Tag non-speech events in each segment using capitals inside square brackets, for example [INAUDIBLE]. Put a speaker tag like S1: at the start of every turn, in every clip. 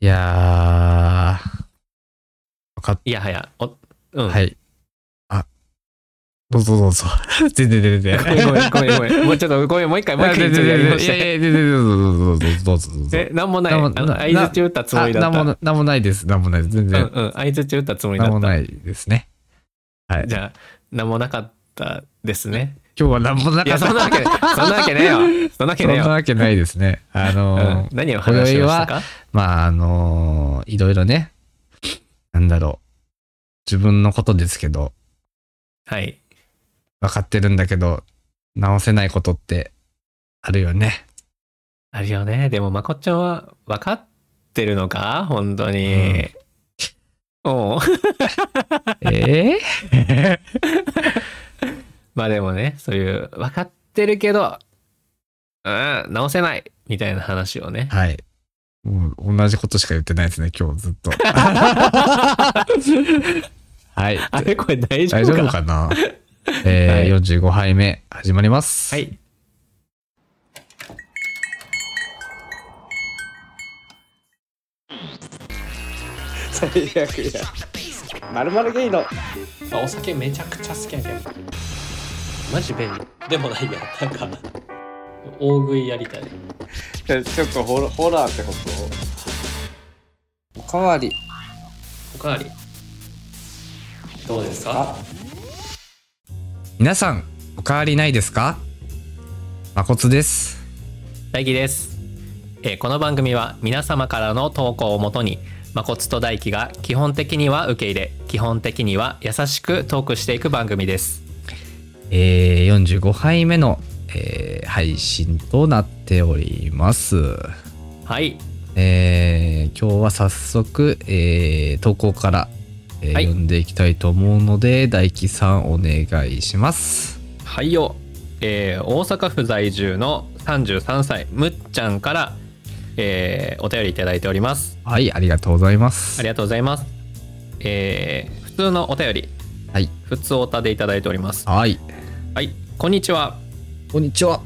S1: いやー、分かっ
S2: いやはや、おうん。、
S1: はいい。あ、どうぞどうぞ。 [LAUGHS] 全然全然
S2: ご。めんごめんごめん
S1: [LAUGHS]
S2: ごめん。もうちょっとごめん、もう一回、もう一回ちょっとやり直
S1: い
S2: し
S1: や
S2: て。
S1: いや、どうぞどうぞどうぞ。
S2: え、なんもない。あ
S1: なんも
S2: の、
S1: な
S2: 相づち打ったつも
S1: あ、
S2: りだ
S1: な
S2: っ
S1: ん
S2: た。
S1: も
S2: うん
S1: な、なんもないです。なんもないです。全
S2: うん
S1: 然。。
S2: 相づち打ったつもりだ
S1: なんも
S2: った。
S1: ないですね。はい。
S2: じゃあ、なんもなかったですね。
S1: 今日はなんもないか
S2: や、
S1: った。
S2: そんなわ [LAUGHS] け、そんなわけねえよ。そんなわけ
S1: そん
S2: ねえ
S1: な
S2: よ。
S1: わけないですね。あ
S2: [LAUGHS] う
S1: の
S2: ん
S1: ー、
S2: 何を話しましたか
S1: まあ、あのー、いろいろね、なんだろう。自分のことですけど、
S2: はい。
S1: 分かってるんだけど、直せないことってあるよ
S2: [LAUGHS]
S1: ね。
S2: あるよね。でも、まこっちゃんは分かってるのか本当に。おう [LAUGHS]
S1: ええ
S2: まあでもね、そういう、分かってるけど、うん、直せないみたいな話をね。
S1: はい。もう同じことしか言ってないですね、今日ずっ
S2: [LAUGHS]
S1: と。はい。
S2: あれこれ大丈
S1: 大
S2: 夫
S1: 丈
S2: か
S1: 夫かなえー
S2: は
S1: 45杯目始まります。
S2: は。い。
S3: 最悪や。まるまるゲイの
S2: お酒めちゃくちゃ好きやけど。マジ便利。でもないや。なんか、大食いやりたい。
S3: えちょっとホラホラーってことおかわり
S2: おかわり。どうですか
S1: 皆さん、おかわりないですかまこつです。
S2: 大輝です、えーこの番組は皆様からの投稿をもとにまこつと大輝が基本的には受け入れ基本的には優しくトークしていく番組です
S1: えー、45杯目の、えー配信となっております。
S2: はい
S1: えー今日は早速、えー投稿から、えー
S2: はい
S1: 読んでいきたいと思うので、大輝さんお願いします。
S2: はいよ、えー大阪府在住の33歳むっちゃんから、えーお便りいただいております
S1: はい、ありがとうございます。
S2: ありがとうございます、えー普通のお便り
S1: はい
S2: 普通おたでいただいております
S1: はい。
S2: はいこんにちは
S1: こんにちは。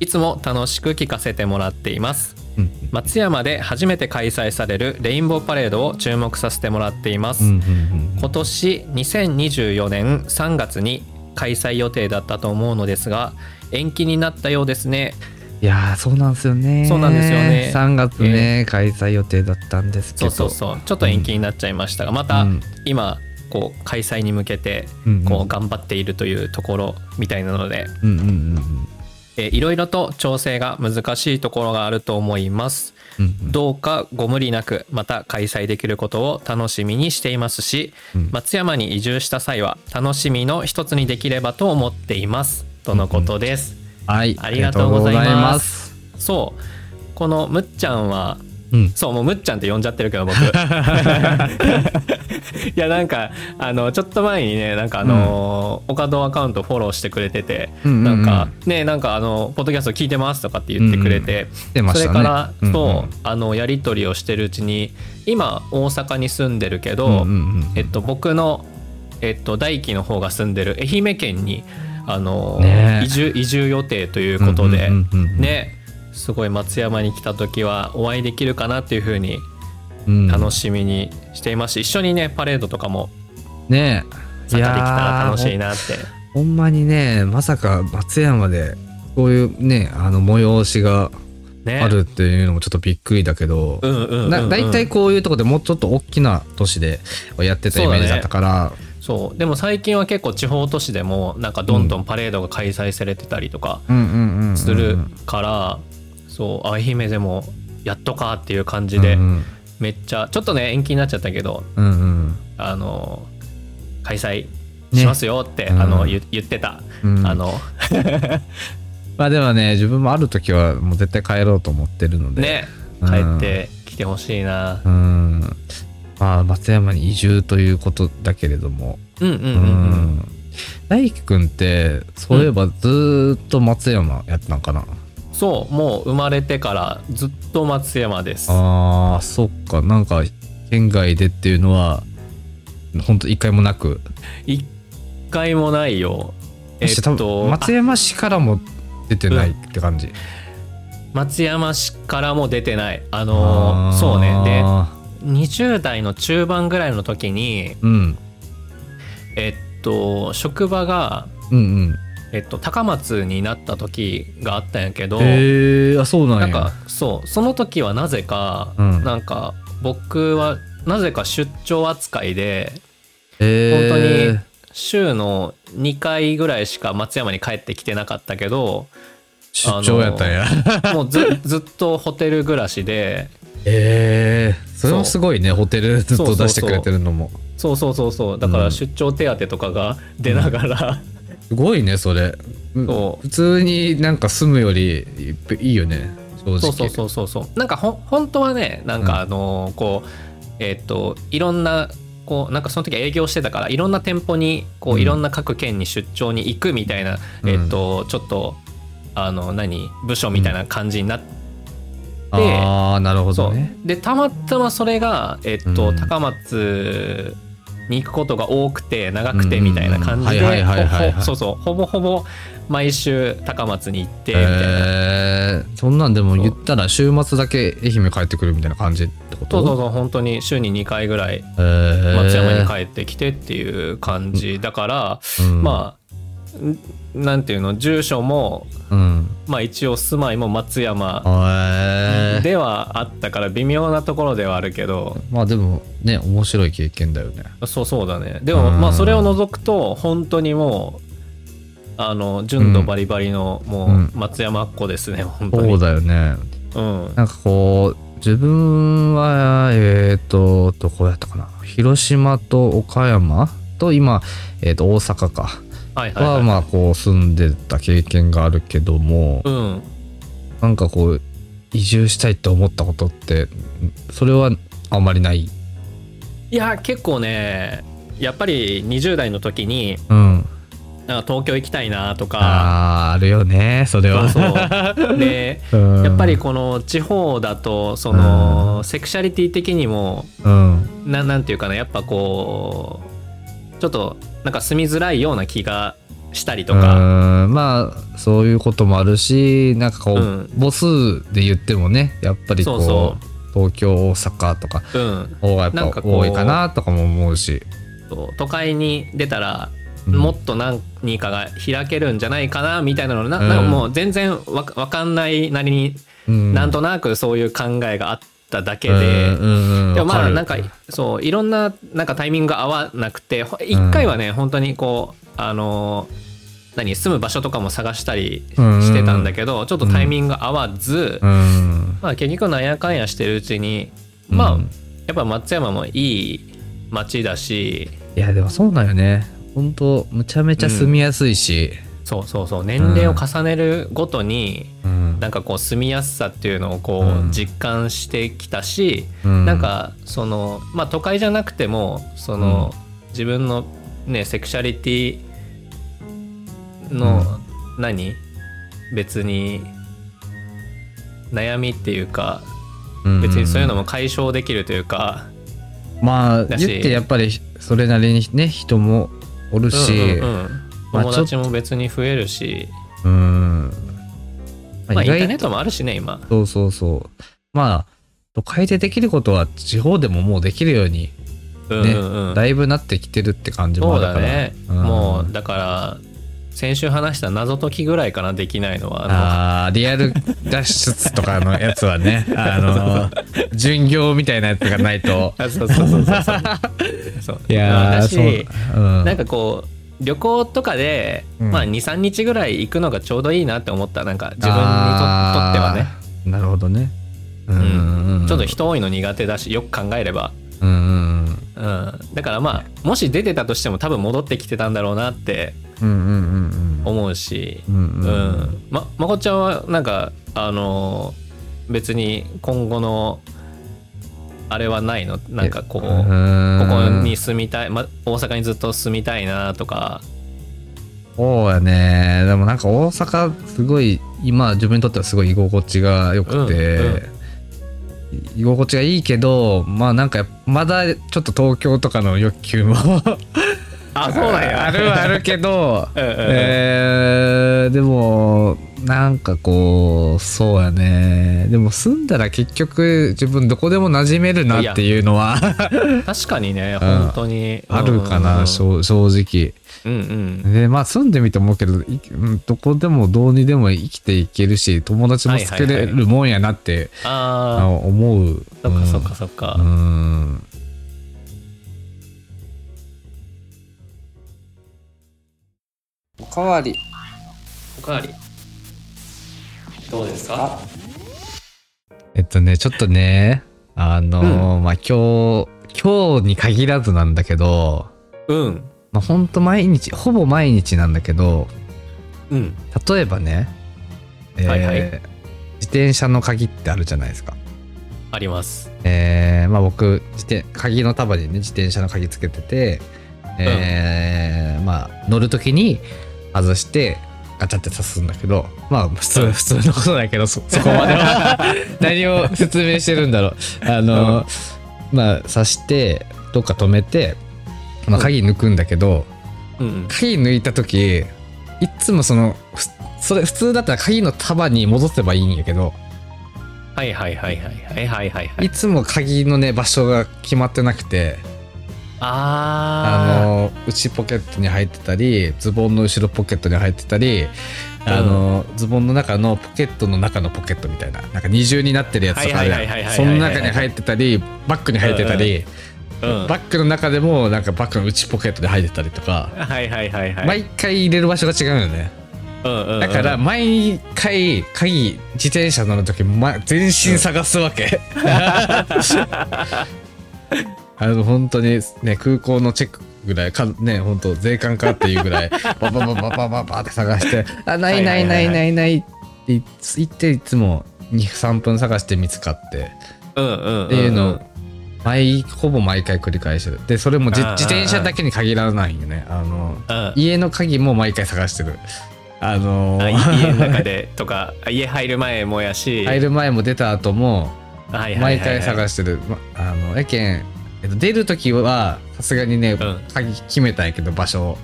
S2: いつも楽しく聞かせてもらっています
S1: うん。
S2: 松山で初めて開催されるレインボーパレードを注目させてもらっています、
S1: うんうんうん
S2: 今年2024年3月に開催予定だったと思うのですが延期になったようですね
S1: いやーそうなんですよね。
S2: そうなんですよね
S1: 3月ね、開催予定だったんですけ
S2: そう
S1: ど。
S2: そうそうちょっと延期になっちゃいましたがまた
S1: うん
S2: 今こう開催に向けて
S1: うんうん
S2: こう頑張っているというところみたいなので
S1: うんうんうんうん
S2: えーいろいろと調整が難しいところがあると思います
S1: うん
S2: どうかご無理なくまた開催できることを楽しみにしていますし、
S1: うん
S2: 松山に移住した際は楽しみの一つにできればと思っていますとのことです、
S1: はい、
S2: ありがとうござい
S1: ありがとうござい
S2: ま
S1: ます。
S2: そうこのむっちゃんは
S1: うん。
S2: そうもうむっちゃんって呼んじゃってるけど僕 [LAUGHS] いやなんかあのちょっと前にねなんかあの、岡戸アカウントフォローしてくれてて、
S1: うんうんうん
S2: なんかねなんかあの「ポッドキャスト聞いてます」とかって言ってくれて、
S1: 出まし
S2: そ
S1: た
S2: れ
S1: ね。
S2: から、
S1: うんうん
S2: そうあのやり取りをしてるうちに今大阪に住んでるけど、
S1: うんうんうん
S2: えっと、僕の、えっと、大輝の方が住んでる愛媛県にあの、
S1: ねえ
S2: 移住移住予定ということで、
S1: うんうんうんうん
S2: ねすごい松山に来た時はお会いできるかなっていうふうに
S1: うん
S2: 楽しみにしていますし、一緒にねパレードとかも
S1: ねえ
S2: 参加できたら楽しい
S1: いやー
S2: なって。
S1: ほんまにねまさか松山でこういうねあの催しが
S2: ね、
S1: あるっていうのもちょっとびっくりだけど、
S2: うんうんうんうん、
S1: だだいたいこういうとこでもうちょっと大きな都市でやってたイメージだったから
S2: そうでも最近は結構地方都市でもなんかどんどんパレードが開催されてたりとか
S1: うんうんうんうんうん
S2: するから、そう愛媛でもやっとかっていう感じ
S1: う
S2: で
S1: ん
S2: めっちゃちょっとね延期になっちゃったけど
S1: うんうん
S2: あの開催しますよって、
S1: うん
S2: あの言言ってた、
S1: うん
S2: あの
S1: まあでもね自分もある時はもう絶対帰ろうと思ってるので
S2: ね
S1: うん
S2: 帰ってきてほしいな、
S1: うんまあ松山に移住ということだけれども
S2: うん、うんうん
S1: う
S2: うん
S1: ん大輝くんってそういえばずーっと松山やったんかな、
S2: そうもう生まれてからずっと松山です
S1: ああそっかなんか県外でっていうのはほんと一回もなく、
S2: 一回もないよえっ
S1: し多分
S2: と
S1: 松山市からも出てないって感じ
S2: 松山市からも出てないあのーそうねで20代の中盤ぐらいの時に
S1: で、うん、
S2: えっと職場が、
S1: うん
S2: えっと、高松になった時があったんやけ
S1: う
S2: ど、
S1: んへえあそうなんや
S2: なんかそうその時はなぜか、
S1: うん
S2: なんか僕はなぜか出張扱いで
S1: へー
S2: 本週の2回ぐらいしか松山に帰ってきてなかったけ
S1: [LAUGHS]
S2: ど
S1: 出張やったんや
S2: もうずずっとホテル暮らしで
S1: へえそれもすごいねホテルずっと出してくれてるのも
S2: そうそうそうそうだか
S1: うん
S2: ら出張手当とかが出ながら、
S1: すごいねそれうん
S2: そう
S1: 普通になんか住むよりいっぱいいいよね正直
S2: そうそうそうそうそうなんかほん本当はねなん
S1: うん
S2: かあのーこうえっ、といろんなこうなんかその時営業してたからいろんな店舗にこう、
S1: うん
S2: いろんな各県に出張に行くみたいな、
S1: うん
S2: えっ、とちょっとあの何部署みたいな感じになって、
S1: ああなるほ
S2: そ
S1: ど
S2: う
S1: ね
S2: でたまたまそれがえっ、と、
S1: うん
S2: 高松に行くことが多くて長くてみたいな感じで
S1: うんうんうんはいはいはいはいはい
S2: ほほそうそうほぼほぼ毎週高松に行ってみたいな。
S1: へえそんなんでも言ったら週末だけ愛媛帰ってくるみたいな感じってこと
S2: そうそうそう本当に週に2回ぐらい
S1: へえ
S2: 松山に帰ってきてっていう感じだから、
S1: うん
S2: まあんなんていうの住所も、
S1: うん
S2: まあ、一応住まいも松山
S1: へえ
S2: ではあったから微妙なところではあるけど、
S1: まあでもね面白い経験だよね
S2: そうそうだねで
S1: う
S2: も
S1: ん
S2: まあそれを除くと本当にもうあの純度バリバリの
S1: う
S2: も
S1: ん
S2: う松山っ子ですね、本当に
S1: そうだよね
S2: うん
S1: なんかこう自分はえっ、とどこやったかな広島と岡山と今、えー、と大阪か
S2: はいはいは、
S1: はいまあこう住んでた経験があるけども
S2: うん
S1: なんかこう移住したいと思ったことってそれはあんまりない。
S2: いや結構ねやっぱり20代の時に
S1: うん、
S2: なんか東京行きたいなとか
S1: あーあるよねそれは。
S2: そうそうで
S1: うん
S2: やっぱりこの地方だとそのセクシャリティ的にも
S1: うん
S2: ななんていうかなやっぱこうちょっとなんか住みづらいような気がしたりとか、
S1: うんまあそういうこともあるしなんかこう、
S2: うん
S1: 母数で言ってもねやっぱりこう
S2: そうそ
S1: 東京大阪とか
S2: うん、
S1: 方がやっ
S2: なん
S1: ぱ
S2: かこう
S1: 多いかなとかも思うし。
S2: と都会に出たら
S1: うん
S2: もっと何かが開けるんじゃないかなみたいなのななんか
S1: うん
S2: もう全然わかわかんないなりに
S1: うん
S2: なんとなくそういう考えがあっただけで。
S1: うんうんうん
S2: でもま
S1: わ
S2: あ
S1: る
S2: なんかそういろんななんかタイミングが合わなくてほ一回はね、本当にこうあのー何住む場所とかも探したり
S1: うん
S2: してたんだけど、ちょっとタイミングが合わず、
S1: うん
S2: まあ、結局なんやかんやしてるうちにまあ、やっぱ松山もいい町だし
S1: いやでもそうなんよね本当むちゃめちゃ住みやすいし、
S2: そうそうそう年齢を重ねるごとに、
S1: うん
S2: なんかこう住みやすさっていうのをこ
S1: うん
S2: う実感してきたし、
S1: うん
S2: なんかそのまあ都会じゃなくてもその、自分のねセクシャリティの、何別に悩みっていうか別にそういうのも解消できるというか、
S1: まあ言
S2: だ
S1: っ
S2: して
S1: やっぱりそれなりにね人もおるし、
S2: うんうんうん
S1: まあ
S2: 友達も別に増えるし、
S1: うんまあ
S2: まあ、
S1: 意
S2: インターネ
S1: 外
S2: ットもあるしね今
S1: そうそうそうまあ都会でできることは地方でももうできるように
S2: うんうんうん、
S1: だいぶなってきてるって感じもあ
S2: そう
S1: るから
S2: だね、
S1: うん
S2: もうだから先週話した謎解きぐらいかなできないのはあの
S1: あーリアル脱出とかのやつは
S2: [LAUGHS]
S1: ねあの巡業みたいなやつがないと
S2: あそうそうそうそうそうそう
S1: いやー
S2: だ
S1: そう
S2: し、
S1: うん、
S2: なんかこう旅行とかで、
S1: うん
S2: まあ23日ぐらい行くのがちょうどいいなって思ったなんか自分にととってはね
S1: あーなるほどねうんうんうん
S2: ちょっと人多いの苦手だしよく考えれば、
S1: うんうんうん
S2: うん、だからまあもし出てたとしても多分戻ってきてたんだろうなって
S1: うんうん
S2: 思うし、
S1: うんうん
S2: うんままこっちゃんはなんかあのー別に今後のあれはないのなんかこう、ここに住みたい、ま、大阪にずっと住みたいなとか
S1: そうやねでもなんか大阪すごい今自分にとってはすごい居心地が良くて、居心地がいいけどまあなんかまだちょっと東京とかの欲求も
S2: あそうなんや
S1: [LAUGHS] あるはあるけど
S2: うんうんうん
S1: えーでもなんかこうそうやねでも住んだら結局自分どこでも馴染めるなっていうのは [LAUGHS]
S2: 確かにね本当に、
S1: あるかな、正直
S2: うんうん
S1: でまあ住んでみて思うけどいうんどこでもどうにでも生きていけるし友達も作れるもんやなって、あ
S2: ああ
S1: の思う
S2: そっかそっかそっか、
S1: うん
S3: おかわり
S2: おかわりどうです
S3: あ
S2: か
S1: えっとねちょっとねあのーまあ今日今日に限らずなんだけど
S2: うん
S1: まあ、ほんと毎日ほぼ毎日なんだけど
S2: うん
S1: 例えばね、えー
S2: はいはい
S1: 自転車の鍵ってあるじゃないですか。
S2: あ
S1: [LAUGHS]
S2: ります
S1: えーまあ、僕自転鍵の束にね自転車の鍵つけてて、えーまあ、乗る時に外してガチャって刺すんだけどまあ普通普通のことだけどそそこまで
S2: [LAUGHS]
S1: は何を説明してるんだろう。あのまあ、刺してどっか止めて、まあ、鍵抜くんだけど、
S2: うん
S1: 鍵抜いた時いっつもそのふそれ普通だったら鍵の束に戻せばいいんやけど
S2: はいはいはいはいはいはいはいはい
S1: いつも鍵のね場所が決まってなくてあ
S2: あ
S1: の内ポケットに入ってたりズボンの後ろポケットに入ってたりあのズボンの中のポケットの中のポケットみたいななんか二重になってるやつとかあるや
S2: はいはいはいはい
S1: ん
S2: はい
S1: その中に入ってたりバッグに入ってたり
S2: あの、うん、
S1: バッグの中でもなんかバッグの内ポケットに入ってたりとか
S2: はいはいはいはい、
S1: 毎回入れる場所が違うよね。
S2: うんうんうん
S1: だから毎回鍵自転車乗る時、ま、全身探すわけあの本当にね空港のチェックぐらいかね本当税関かっていうぐらいバババババババって探して「あないないないないない」っていつ言っていつも23分探して見つかって
S2: うんうんんん
S1: っていうのを毎ほぼ毎回繰り返してるでそれもじ
S2: あー
S1: 自転車だけに限らないよねあの
S2: うん
S1: 家の鍵も毎回探してるあのー
S2: あい家の中でとかあ家入る前もやし
S1: 入る前も出た後も
S2: はいはいはい
S1: 毎回探してる、まあのやけん、えっと、出る時はさすがにね、
S2: ん
S1: 鍵決めたんやけど場所を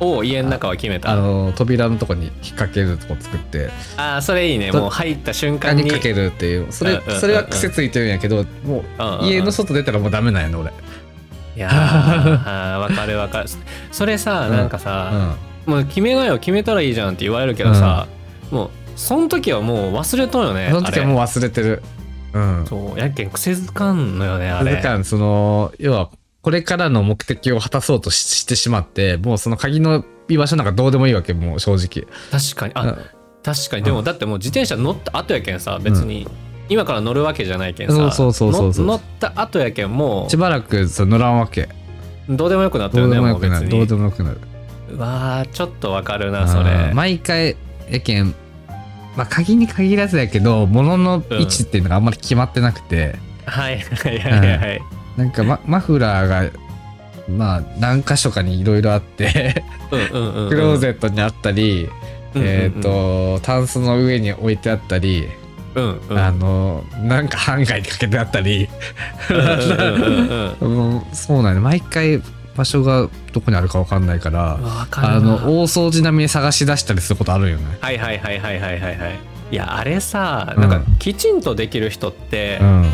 S2: を家の中は決めた
S1: あの扉のとこに引っ掛けるとこ作って
S2: あーそれいいね
S1: と
S2: もう入った瞬間
S1: 何
S2: に
S1: にかけるっていうそれ,、
S2: うんうんうんうん
S1: それは癖ついてるんやけどもう
S2: うんうんうん
S1: 家の外出たらもうダメなんやね俺、
S2: いやーあーわかるわかるそれさなんかさ、もう決めなよ決めたらいいじゃんって言われるけどさ、もうその時はもう忘れとんよ
S1: う
S2: ね
S1: ん、その時はもう
S2: う
S1: 忘れてるうん
S2: そうやっけん癖づかんのよねあれ
S1: 図鑑その要はこれからの目的を果たそうとししてしまってもうその鍵の居場所なんかどうでもいいわけもう正直
S2: 確かにあ、
S1: うん
S2: 確かにでもだってもう自転車乗った後やけんさ別に今から乗るわけじゃないけんさ、
S1: そうそうそうそうそう
S2: の乗った後やけんも
S1: しばらくその乗らんわけ
S2: うどうでもよくなった
S1: ど
S2: よ
S1: うで
S2: ね
S1: も
S2: も
S1: よ
S2: う
S1: く
S2: 別
S1: なるどうで
S2: に
S1: もよくなる
S2: うわーちょっとわかるなそれ
S1: うん毎回やけんまあ鍵に限らずやけど物の位置っていうのがあんまり決まってなくて、
S2: はいはいはいはい、
S1: なんかママフラーがまあ何箇所かにいろいろあって、
S2: うんうんうんうん、
S1: クローゼットにあったり、
S2: うんうんうん
S1: えっ、とタンスの上に置いてあったり、
S2: うんうん
S1: あのなんかハンガーにかけてあったり、
S2: うんうんうんうん
S1: もうそうなんで毎回場所がどこにあるかわかんないから、
S2: わかるな
S1: あの大掃除並みに探し出したりすることあるよね。
S2: はいはいはいはいはいはいはいいやあれさ
S1: うん
S2: なんかきちんとできる人って、
S1: うん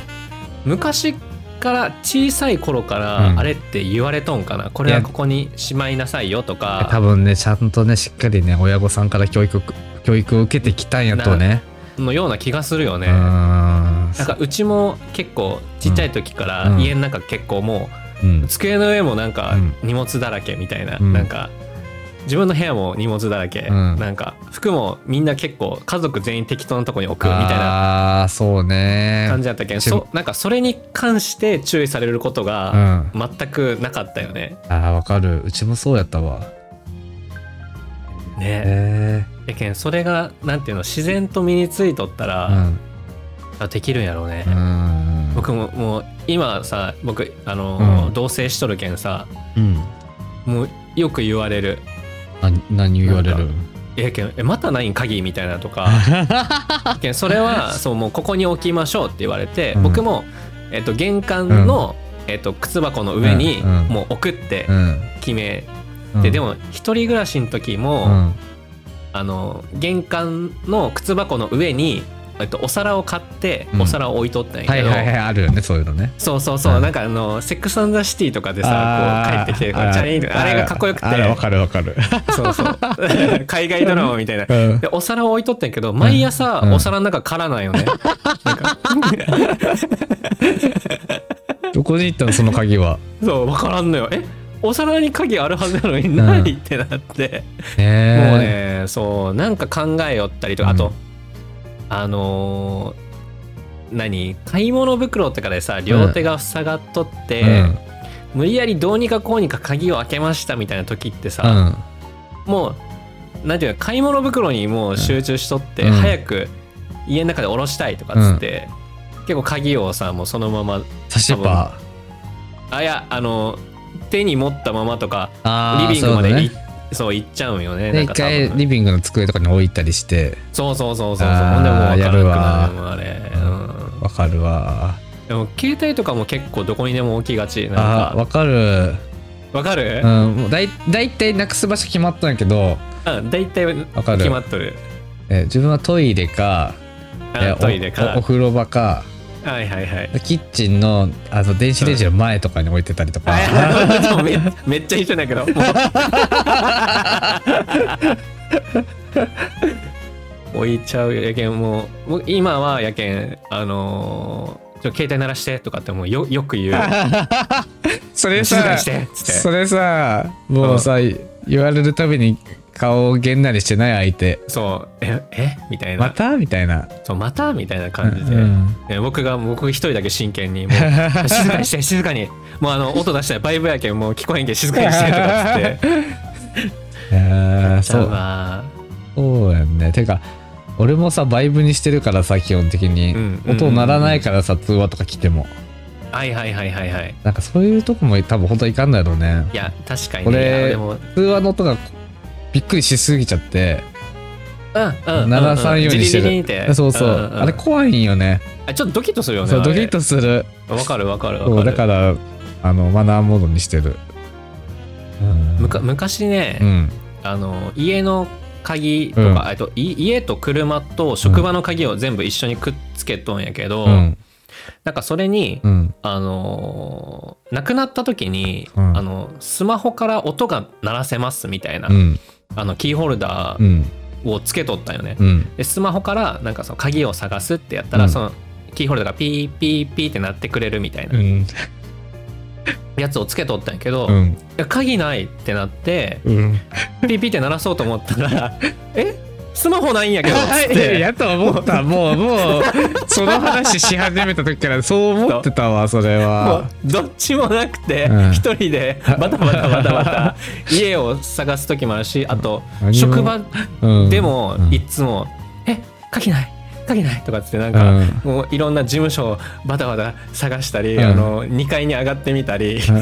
S2: 昔から小さい頃から
S1: うん
S2: あれって言われとんかな、これはここにしまいなさいよとか
S1: 多分ねちゃんとねしっかりね親御さんから教育を教育を受けてきたんやとね
S2: のような気がするよね。
S1: うーん
S2: なんかうちも結構ちっちゃい時か
S1: う
S2: ら
S1: ん
S2: 家の中結構も
S1: うん
S2: う机の上もなんか
S1: うん
S2: 荷物だらけみたいな、
S1: うん
S2: なんか自分の部屋も荷物だらけ、
S1: うん
S2: なんか服もみんな結構家族全員適当なとこに置くみたいな
S1: ああーそうね
S2: 感じだったけん、
S1: ちゅ
S2: そなんかそれに関して注意されること
S1: うんあ
S2: が全くなかったよね。
S1: ーわかるうちもそうやったわ
S2: ね
S1: へ
S2: やけんそれがなんていうの自然と身についとった
S1: え
S2: ら、
S1: うん
S2: できるんやろうね。
S1: うん
S2: 僕ももう今さ僕あの、
S1: うん
S2: 同棲しとるけんさ
S1: うん
S2: もうよく言われる
S1: な何言われ
S2: な
S1: る
S2: ん「えけんえまたないん鍵」みたいなとかけんそれ
S1: [LAUGHS]
S2: はそうもうここに置きましょうって言われて、
S1: うん
S2: 僕も、えっと、玄関の、えっと、靴箱の上に
S1: うんうん
S2: もう置くって
S1: [LAUGHS] うん
S2: 決めて、
S1: うん
S2: でも一人暮らしの時
S1: う
S2: も、
S1: ん
S2: あの玄関の靴箱の上に、えっと、お皿を買って
S1: うん
S2: お皿を置いとったんや
S1: は
S2: け
S1: い
S2: ど、
S1: はいはいあるよねそういうのね
S2: そうそうそう、
S1: うん
S2: なんかあのセックス・アンド・ザシティとかでさこう
S1: あー
S2: 帰ってきてこうチャリンあれがかっこよくて
S1: あらわかるわかる
S2: そうそう
S1: [LAUGHS]
S2: 海外ドラマみたいな
S1: うん
S2: でお皿を置いとったんやけど毎朝
S1: うん
S2: お皿の中空な
S1: [LAUGHS]
S2: んよね、なんか
S1: [LAUGHS] どこに行ったのその鍵は
S2: そう分からんのよえお皿に鍵あるはずなのにない、
S1: うん
S2: ってなって
S1: ね
S2: もうねそうなんか考えよったりとか、
S1: うん
S2: あとあのー何買い物袋とかでさ両手が塞がっとって、無理やりどうにかこうにか鍵を開けましたみたいな時って
S1: うん
S2: さ、もうなんていうか買い物袋にもう集中しとって、
S1: うん
S2: 早く家の中で下ろしたいとかっつって、結構鍵をさもうそのまま
S1: 差しっぱ
S2: あいやあの手に持ったままとか
S1: あー
S2: リビングまで
S1: そう
S2: い
S1: だ
S2: そう,、
S1: ね
S2: 行っちゃうんよねな
S1: で
S2: ん
S1: 一
S2: か多分
S1: 回リビングの机とかに置いたりして
S2: そうそうそうそうそう
S1: あー
S2: ほんでもうわからなくなる
S1: やる
S2: もんあれ、うん
S1: わかるわ
S2: でも携帯とかも結構どこにでも置きがちなん
S1: あー
S2: か
S1: わかる
S2: わかる
S1: う、んもうだいだいたいなくす場所決まったんやけど
S2: うん、大体
S1: かる
S2: 決まっとる
S1: え自分はトイレかえ
S2: あ
S1: お
S2: トイレか
S1: おお風呂場か
S2: はいはいはい
S1: キッチンのあの電子レンジの前とかに置いてたりとか、
S2: あでもめめっちゃ一緒だけども
S1: [LAUGHS]
S2: う置いちゃうやけんもうもう今はやけんあのーちょ携帯鳴らしてとかってもうよよく言う
S1: それ
S2: 静か
S1: さ
S2: にしてっつって
S1: それさもうさ、言われるたびに顔をげんなりしてない相手
S2: そうええみたいな
S1: またみたいな
S2: そうまたみたいな感じで、
S1: うん
S2: え僕が僕一人だけ真
S1: [LAUGHS]
S2: 剣にもう静かにして静かにもうあの音出したらバイブやけんもう聞こえんけん静かにしてとかっつって
S1: えー [LAUGHS] そ
S2: そう
S1: う
S2: わ
S1: そうやんねてか俺もさバイブにしてるからさ基本的に、
S2: うん
S1: 音鳴らないからさ通話とか来ても
S2: はいはいはいはいはい
S1: なんかそういうとこも多分本当はいかんのやろうね
S2: いや確かに
S1: こ
S2: ね
S1: れ
S2: いやでも
S1: 通話の音がびっくりしすぎちゃって
S2: うんうんうん
S1: 鳴らさんようにしてる
S2: ジリリリリって
S1: そうそう、
S2: んんん
S1: あれ怖いんよね
S2: あちょっとドキッとするよね
S1: そう
S2: あれ
S1: ドキッとする
S2: わかるわかるわか
S1: そう
S2: る
S1: だからあのマナーモードにしてるうん
S2: むか昔ね、
S1: うん
S2: あの家の鍵と
S1: うん
S2: か、えっとい家と車と職場の鍵を全部一緒にくっつけとんやけど、
S1: うん
S2: なんかそれに、
S1: うん
S2: あのー亡くなった時に、
S1: うん
S2: あのスマホから音が鳴らせますみたいな、
S1: うん
S2: あのキーホルダ
S1: う
S2: ー
S1: ん
S2: をつけとったよね、
S1: うん
S2: でスマホからなんかその鍵を探すってやったら、
S1: うん
S2: そのキーホルダーがピーピーピーって鳴ってくれるみたいな
S1: うん
S2: やつをつけとったんやけど、
S1: う
S2: い
S1: ん
S2: や鍵ないってなって
S1: うん
S2: ピーピーって鳴らそうと思ったら [LAUGHS] 「えスマホないんやけど」っつ
S1: [LAUGHS]
S2: っ
S1: いや
S2: て
S1: やと思ったもうもうその話し始めた時からそう思ってたわそれ
S2: も
S1: は
S2: うどっちもなくて
S1: うん
S2: 一、人でバタバタバタバ
S1: [LAUGHS]
S2: タ家を探す時もあるしあと
S1: 何も
S2: 職場
S1: うん
S2: でも、
S1: うん
S2: いつも「え書きない書きない」とかっつってなんか、
S1: うん
S2: もういろんな事務所をバタバタ探したり、
S1: うん
S2: あの2階に上がってみたりして、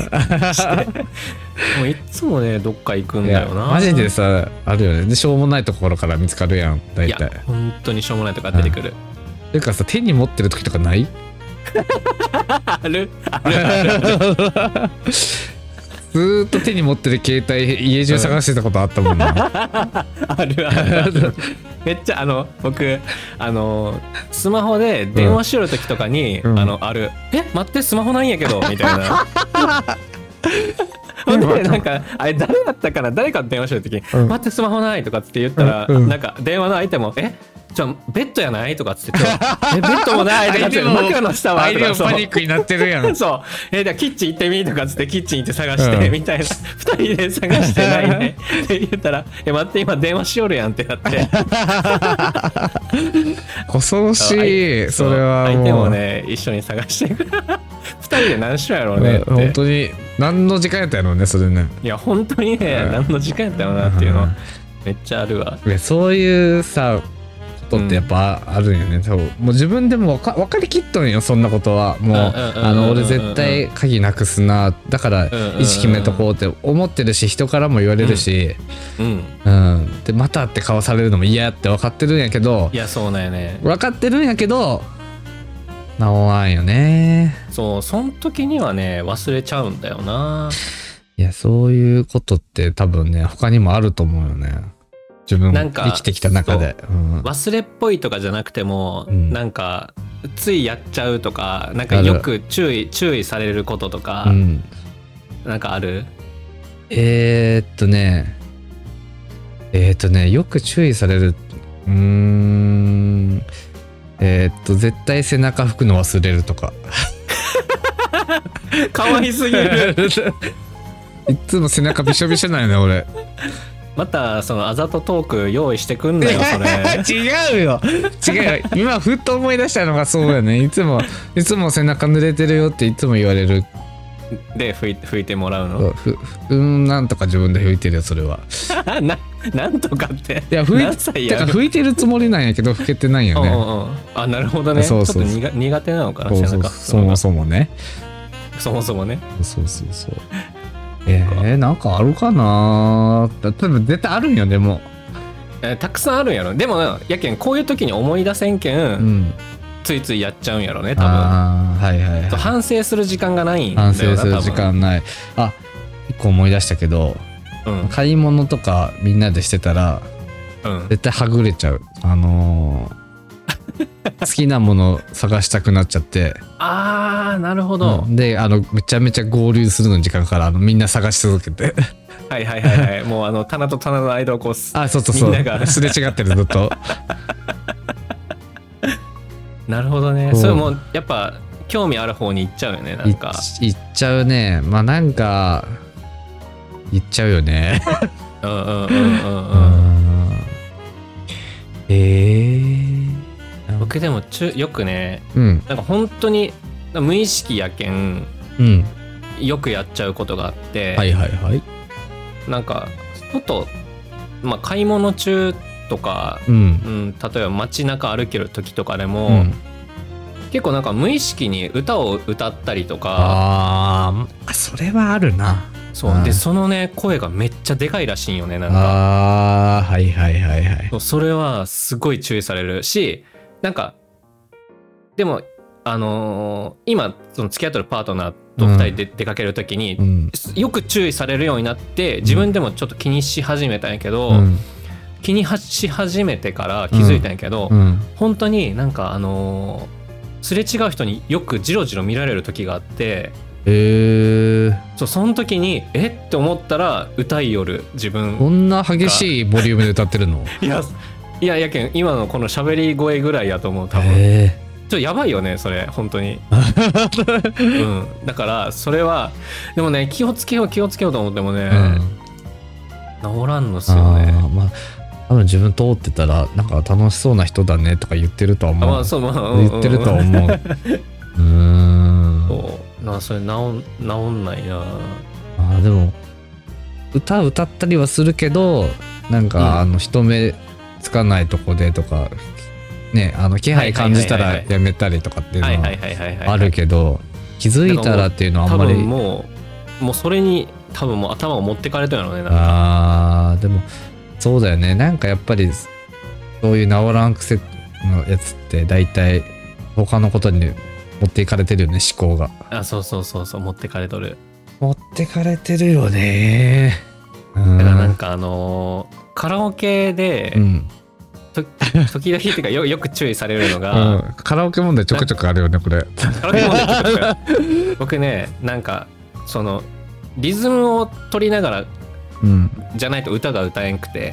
S2: もういつもねどっか行くん
S1: いや
S2: だよな
S1: マジでさあるよねでしょうもないところから見つかるやん大
S2: いや
S1: 体
S2: 本当にしょうもないとか出てくる、
S1: ていうかさ手に持ってる時とかない
S2: あるあ
S1: ず
S2: るある
S1: ーっと手に持ってる携帯家中探してたことあったもんな。
S2: あるあるあるめっちゃあの僕あのスマホで電話しよる時とかに、
S1: うん
S2: あのある「え待ってスマホないんやけど」みたい
S1: [LAUGHS]
S2: な。ほんでなんかあれ誰だったかな誰かと電話しよる時に「
S1: うん
S2: 待ってスマホない」とかって言ったら、
S1: うんうん
S2: なんか電話の相手も「えちょベッドやない?」とかっつって「えベッドもない」とかっつって「枕の下は?」
S1: 相
S2: と
S1: 手
S2: か
S1: も
S2: そう
S1: パニックになってるやん。
S2: [LAUGHS] そう。え、じゃあキッチン行ってみとかっつって、キッチン行って探して、
S1: うん
S2: みたいな。二人で探してないね。
S1: [LAUGHS]
S2: って言ったら、え、待って、今電話しよるやんってなって。
S1: 恐ろしい。それは
S2: 相手
S1: も
S2: も
S1: う。
S2: ね、一緒に探してくる。 [LAUGHS] 二人で何しろやろうね
S1: ね
S2: って。
S1: 本当に何の時間やったやろうねそれね。
S2: いや、本当にね、
S1: うん
S2: 何の時間やったよなっていうの
S1: うん、
S2: めっちゃあるわ。
S1: いやそういうさことってやっぱあるんよね。多分もう自分でもわか分かりきっとんよそんなことは。もう
S2: うんうんうんうん
S1: あの俺絶対鍵なくすなだから
S2: んうんうん
S1: 意識決めとこうって思ってるし人からも言われるし。
S2: うん。
S1: うん、でまたって顔されるのも嫌って分かってるんやけど
S2: いや、そうなんよね。
S1: 分かってるんやけど治らんよね
S2: そう、その時にはね、忘れちゃうんだよな。
S1: いやそういうことって多分ね他にもあると思うよね自分
S2: なんか
S1: 生きてきた中で。うん
S2: 忘れっぽいとかじゃなくても、
S1: うん
S2: なんかついやっちゃうとかなんかよく注意注意されることとか、
S1: うん
S2: なんかある
S1: えー、っとね、えー、っとね、よく注意される。うーん。えー、っと、絶対背中拭くの忘れると [LAUGHS] か。
S2: かわいすぎる
S1: いつも背中びしょびしょなんよね、俺。
S2: [LAUGHS] またそのあざとトーク用意してくんなよそれ
S1: 違うよ違うよ今ふっと思い出したのがそうやねいつもいつも背中濡れてるよっていつも言われる
S2: で拭い拭いてもらうの
S1: ふふうんなんとか自分で拭いてるよそれは
S2: [LAUGHS] ななんとかって
S1: いや拭
S2: 何
S1: い
S2: 歳
S1: て
S2: や
S1: か
S2: る
S1: 拭いてるつもりなんやけど拭けてないよ
S2: うん
S1: ね
S2: うんうんあなるほどね
S1: そうそう
S2: ちょっと苦苦手なのかな
S1: そうそう
S2: 背中
S1: そもそもね
S2: そもそもね
S1: そうそうそうえー、なんかあるかな多分絶対あるんよねも
S2: えーたくさんあるんやろでもなやけんこういう時に思い出せんけん、
S1: ううん
S2: ついついやっちゃうんやろね多分
S1: ああはいはい、はい、
S2: そう反省する時間がないんだよな
S1: 反省する時
S2: 多
S1: 間ないあ一個思い出したけど
S2: 分
S1: 買い物とかみんなでしてたら
S2: うんうん
S1: 絶対はぐれちゃうあのー好きなもの探したくなっちゃって、
S2: あーなるほど、
S1: うんであのめちゃめちゃ合流するの時間からあのみんな探し続けて
S2: はいはいはいはいもうあの棚と棚の間をこうす
S1: あそうそうそ
S2: みんなが
S1: うすれ違ってるずっと
S2: なるほどね
S1: そう
S2: それもやっぱ興味ある方に行っちゃうよねないんか
S1: いっちゃうねまあなんかいっちゃうよね
S2: うんうんうんうん
S1: う
S2: うん
S1: んえー、
S2: 僕でもちゅよくね
S1: うん
S2: なんか本当に無意識やけん
S1: うん
S2: よくやっちゃうことがあって、
S1: はいはいはい
S2: なんか外、まあ、買い物中とか、
S1: うん
S2: うん、例えば街中歩ける時とかで
S1: う
S2: も、
S1: ん
S2: 結構なんか無意識に歌を歌ったりとか
S1: あーあそれはあるな
S2: そう、
S1: うん
S2: でそのね声がめっちゃでかいらしいんよねなんか
S1: ああーはいはいはいはい
S2: そうそれはすごい注意されるしなんかでもあのー今その付き合ってるパートナーと2人で出かける時に、
S1: うん
S2: よく注意されるようになって自分でもちょっと気にし始めたんやけど、
S1: うん
S2: 気にし始めてから気づいたんやけど、
S1: うん
S2: 本当になんかあのーすれ違う人によくジロジロ見られる時があって。
S1: えー、
S2: そうその時にえって思ったら歌いよる自
S1: こ
S2: 分
S1: んな激しいボリュームで歌ってるの
S2: いやいややけん今のこの喋り声ぐらいやと思う多分、ちょ
S1: え
S2: っとやばいよねそれ本当にうんだからそれはでもね気をつけよう気をつけようと思ってもね、
S1: ーうん
S2: 治らんのっすよ
S1: あ
S2: ね
S1: ーまあ多分自分通ってたらなんか楽しそうな人だねとか言ってるとは
S2: あま
S1: 思う
S2: あそうまあうんうん
S1: 言ってるとは思 [LAUGHS] ううーん
S2: そうなそれ治ん治んないな
S1: あーでも歌歌ったりはするけどなんか、
S2: うん
S1: あの人目つかないとこでとかねあの気配感じた
S2: はい
S1: ら
S2: はいはいはい
S1: やめたりとかっていうの
S2: はいはい
S1: は
S2: はいはいはい
S1: あるけど気づいたらっていうのはあ
S2: 多
S1: んまり
S2: 分もうもうそれに多分もう頭を持ってかれたよねなんか
S1: あーでもそうだよねなんかやっぱりそういう治らん癖のやつって大体他のことに持っていかれてるよね思考が
S2: あそうそうそうそう持ってかれとる
S1: 持ってかれてるよねうん
S2: だからなんかあのーカラオケで、
S1: うん、
S2: と時々っていうかよよく注意されるのが、
S1: うん、カラオケ問題ちょくちょくあるよねこれ
S2: カラオケ問題とか僕ねなんかそのリズムを取りながら
S1: うん
S2: じゃないと歌が歌えんくて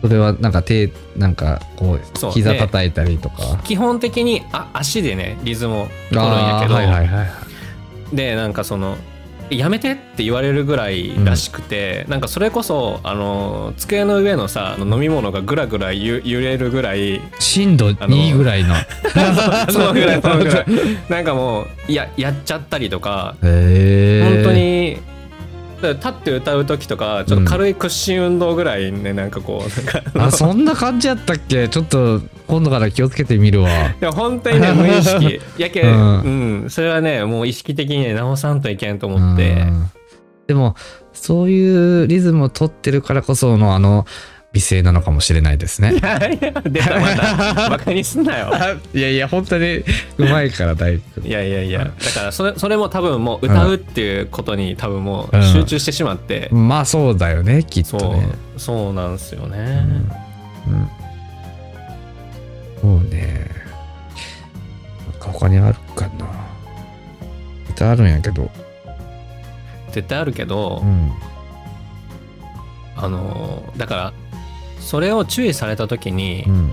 S1: それはなんか手なんかこ
S2: そうう
S1: 膝
S2: で
S1: 叩いたりとか
S2: 基本的にあ足でねリズムを取るんや
S1: あ
S2: け
S1: ー
S2: ど、
S1: はいはいはい
S2: でなんかその「やめて」って言われるぐらいらしくて、なんかそれこそあの机の上のさあの飲み物がぐらぐらゆ揺れるぐらい
S1: 震度
S2: あの
S1: 2ぐらいの
S2: そのぐらいそのぐら
S1: [LAUGHS]
S2: いなんかもういややっちゃったりとか
S1: へー
S2: 本当にだから立って歌う時とかちょっと軽い屈伸運動ぐらいねなんかこうなんか
S1: あそんな感じやったっけちょっと今度から気をつけてみるわ
S2: でも本当にね無
S1: [LAUGHS]
S2: 意識やけ
S1: うん
S2: うんそれはねもう意識的にね直さんといけんと思って [LAUGHS]
S1: うんでもそういうリズムを取ってるからこそのあの美声なのかもしれないですね
S2: 出たまたバカにすんなよ
S1: あ [LAUGHS] いやいや本当にうまいから大工
S2: いやいやいやだからそれそれも多分もう歌うっていうことに多分もう集中してしまって、
S1: まあそうだよねきっと
S2: そ
S1: ね
S2: うそうなんですよ
S1: うん
S2: ね、
S1: うんそうねなんか他にあるかな歌あるんやけど
S2: 絶対あるけど、
S1: うん
S2: あのだからそれを注意された時に、
S1: うん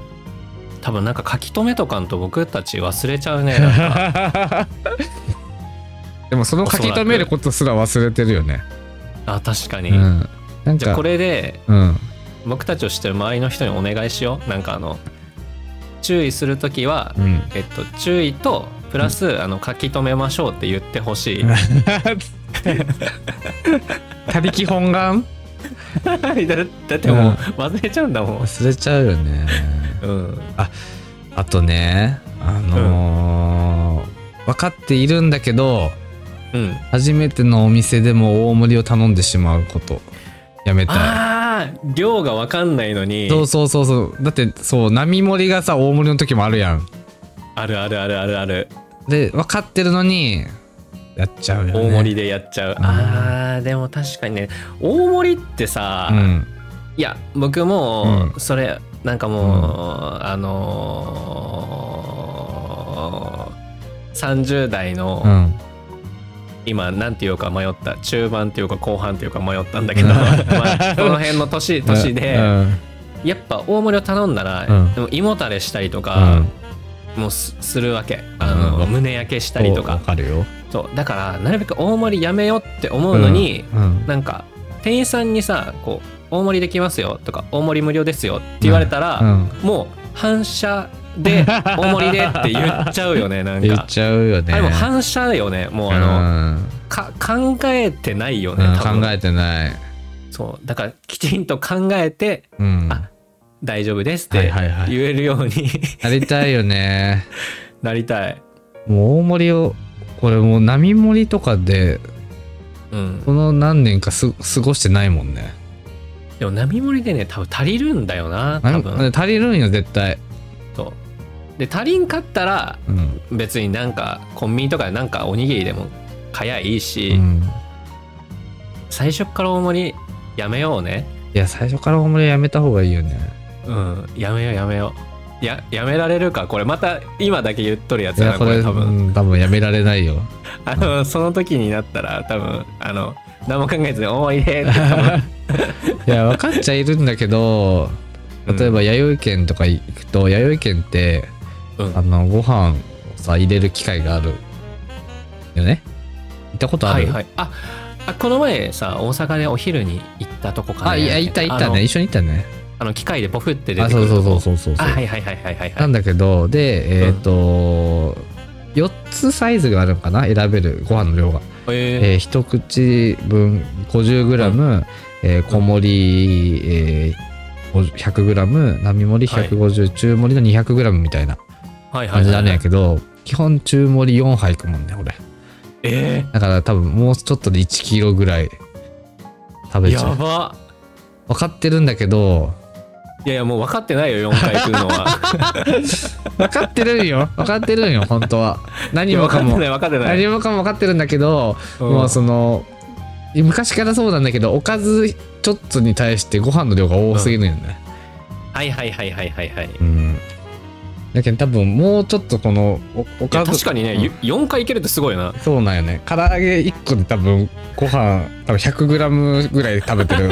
S2: 多分なんか書き留めとかんと僕たち忘れちゃう
S1: [LAUGHS]
S2: ねなんか
S1: でもその書き留めることすら忘れてるよね
S2: あ確かに、
S1: うんなん
S2: じゃ
S1: か
S2: あこれで
S1: うん
S2: 僕たちを知ってる周りの人にお願いしようなんかあの注意する時は、
S1: うん
S2: えっと、注意とプラス、あの書き留めましょうって言ってほ [LAUGHS] しい
S1: 他力本願
S2: だだってもう忘れちゃうんだもん、
S1: 忘れちゃうよね
S2: うん、
S1: あとねあのー分かっているんだけど
S2: うん、
S1: 初めてのお店でも大盛りを頼んでしまうことやめたい
S2: ああ量が分かんないのに
S1: そうそうそうそうだってそう並盛りがさ大盛りの時もあるやん
S2: あるあるあるあるある
S1: で分かってるのにやっちゃうよね
S2: 大盛りでやっちゃう、
S1: うん
S2: あーでも確かにね大盛りってさ、
S1: うん
S2: いや僕も
S1: うん
S2: それなんかもう、あのー、30代の、
S1: うん
S2: 今なんていうか迷った中盤っていうか後半っていうか迷ったんだけど、
S1: うん
S2: [LAUGHS] まあ、この辺の年年で、
S1: うん
S2: やっぱ大盛りを頼んだら、
S1: うん
S2: でも胃もたれしたりと
S1: う
S2: か
S1: ん
S2: もうすするわけ、あの
S1: うん
S2: 胸焼けしたりと
S1: わ
S2: か
S1: かるよ
S2: そうだからなるべく大盛りやめようって思うのに、
S1: うん
S2: なんか店員さんにさこう大盛りできますよとか大盛り無料ですよって言われたら、
S1: うん
S2: もう反射
S1: [LAUGHS]
S2: で大盛りでって言っちゃうよねなん
S1: 言
S2: か
S1: っ。ちゃうよね
S2: あれも反射だよねもうあの、か考えてないよ
S1: う
S2: ね
S1: んうん
S2: 多分、
S1: 考えてない
S2: そうだからきちんと考えて
S1: うん
S2: あ大丈夫ですっ
S1: は
S2: て
S1: いはいはい
S2: 言えるように [LAUGHS]
S1: やりたいよね
S2: なりたい、
S1: もう大盛りをこれもう並盛りとかで
S2: うん、
S1: この何年かす過ごしてないもんね
S2: でも並盛りでね多分足りるんだよな
S1: な
S2: 多
S1: ん
S2: 分
S1: 足りるんよ絶対
S2: そうで足りんかったら
S1: うん、
S2: 別になんかコンビニとかでなんかおにぎりでも買やいいし、
S1: うん
S2: 最初っから大盛りやめようね
S1: いや最初から大盛りやめた方がいいよね
S2: うんやめようやめようややめられるかこれまた今だけ言っとるやつ
S1: い
S2: だ
S1: や
S2: な
S1: こ
S2: こ
S1: れ
S2: れ多分、
S1: うん多分やめられないよ
S2: あのその時になったら多分あの何も考えずに「大盛
S1: [LAUGHS]
S2: りで」って多分
S1: いや分かっちゃいるんだけど例えば弥生県とか行くと弥生県って
S2: うん
S1: あのご飯をさ入れる機会があるよね行ったことあ
S2: は
S1: る、
S2: いはいああこの前さ大阪でお昼に行ったとこかな
S1: あいや行った行ったね一緒に行ったね
S2: あの機械でボフって出て
S1: あ
S2: く
S1: そう
S2: る
S1: そう
S2: と
S1: そう
S2: こ
S1: そうそうそう
S2: あはいはいはいはいはいは
S1: ないんだけどでえっ、と、4つサイズがあるのかな選べるご飯の量が、
S2: え
S1: えー一口分 50g、えー小盛り、えー、100g 並盛り150、中盛りの 200g みたいな
S2: ー、はいは
S1: 感
S2: い
S1: じ
S2: はい
S1: になるんやけど、基本中盛り4杯いくもんね俺
S2: え
S1: だから多分もうちょっとで1キロぐらい食
S2: ー、
S1: べちゃ
S2: や
S1: う
S2: ば
S1: 分かってるんだけど
S2: いやいやもう分かってないよ4回行くのは
S1: 分かってるん
S2: [LAUGHS]
S1: よ分かってるんよ本当は [LAUGHS] 何も
S2: 分か
S1: か
S2: って
S1: も
S2: ない分かってない
S1: 何もかも分かってるんだけど、
S2: うん
S1: もうその昔からそうなんだけどおかずちょっとに対してご飯の量が多すぎるよね、
S2: はいはいはいはいはいはい
S1: うんだけど多分もうちょっとこのおお
S2: いや
S1: かず
S2: 確かにね、
S1: うん
S2: 4回行けるってすごいな
S1: そうなんよね唐揚げ1個で多分ご飯多分 100g ぐらい食べて
S2: [LAUGHS]
S1: る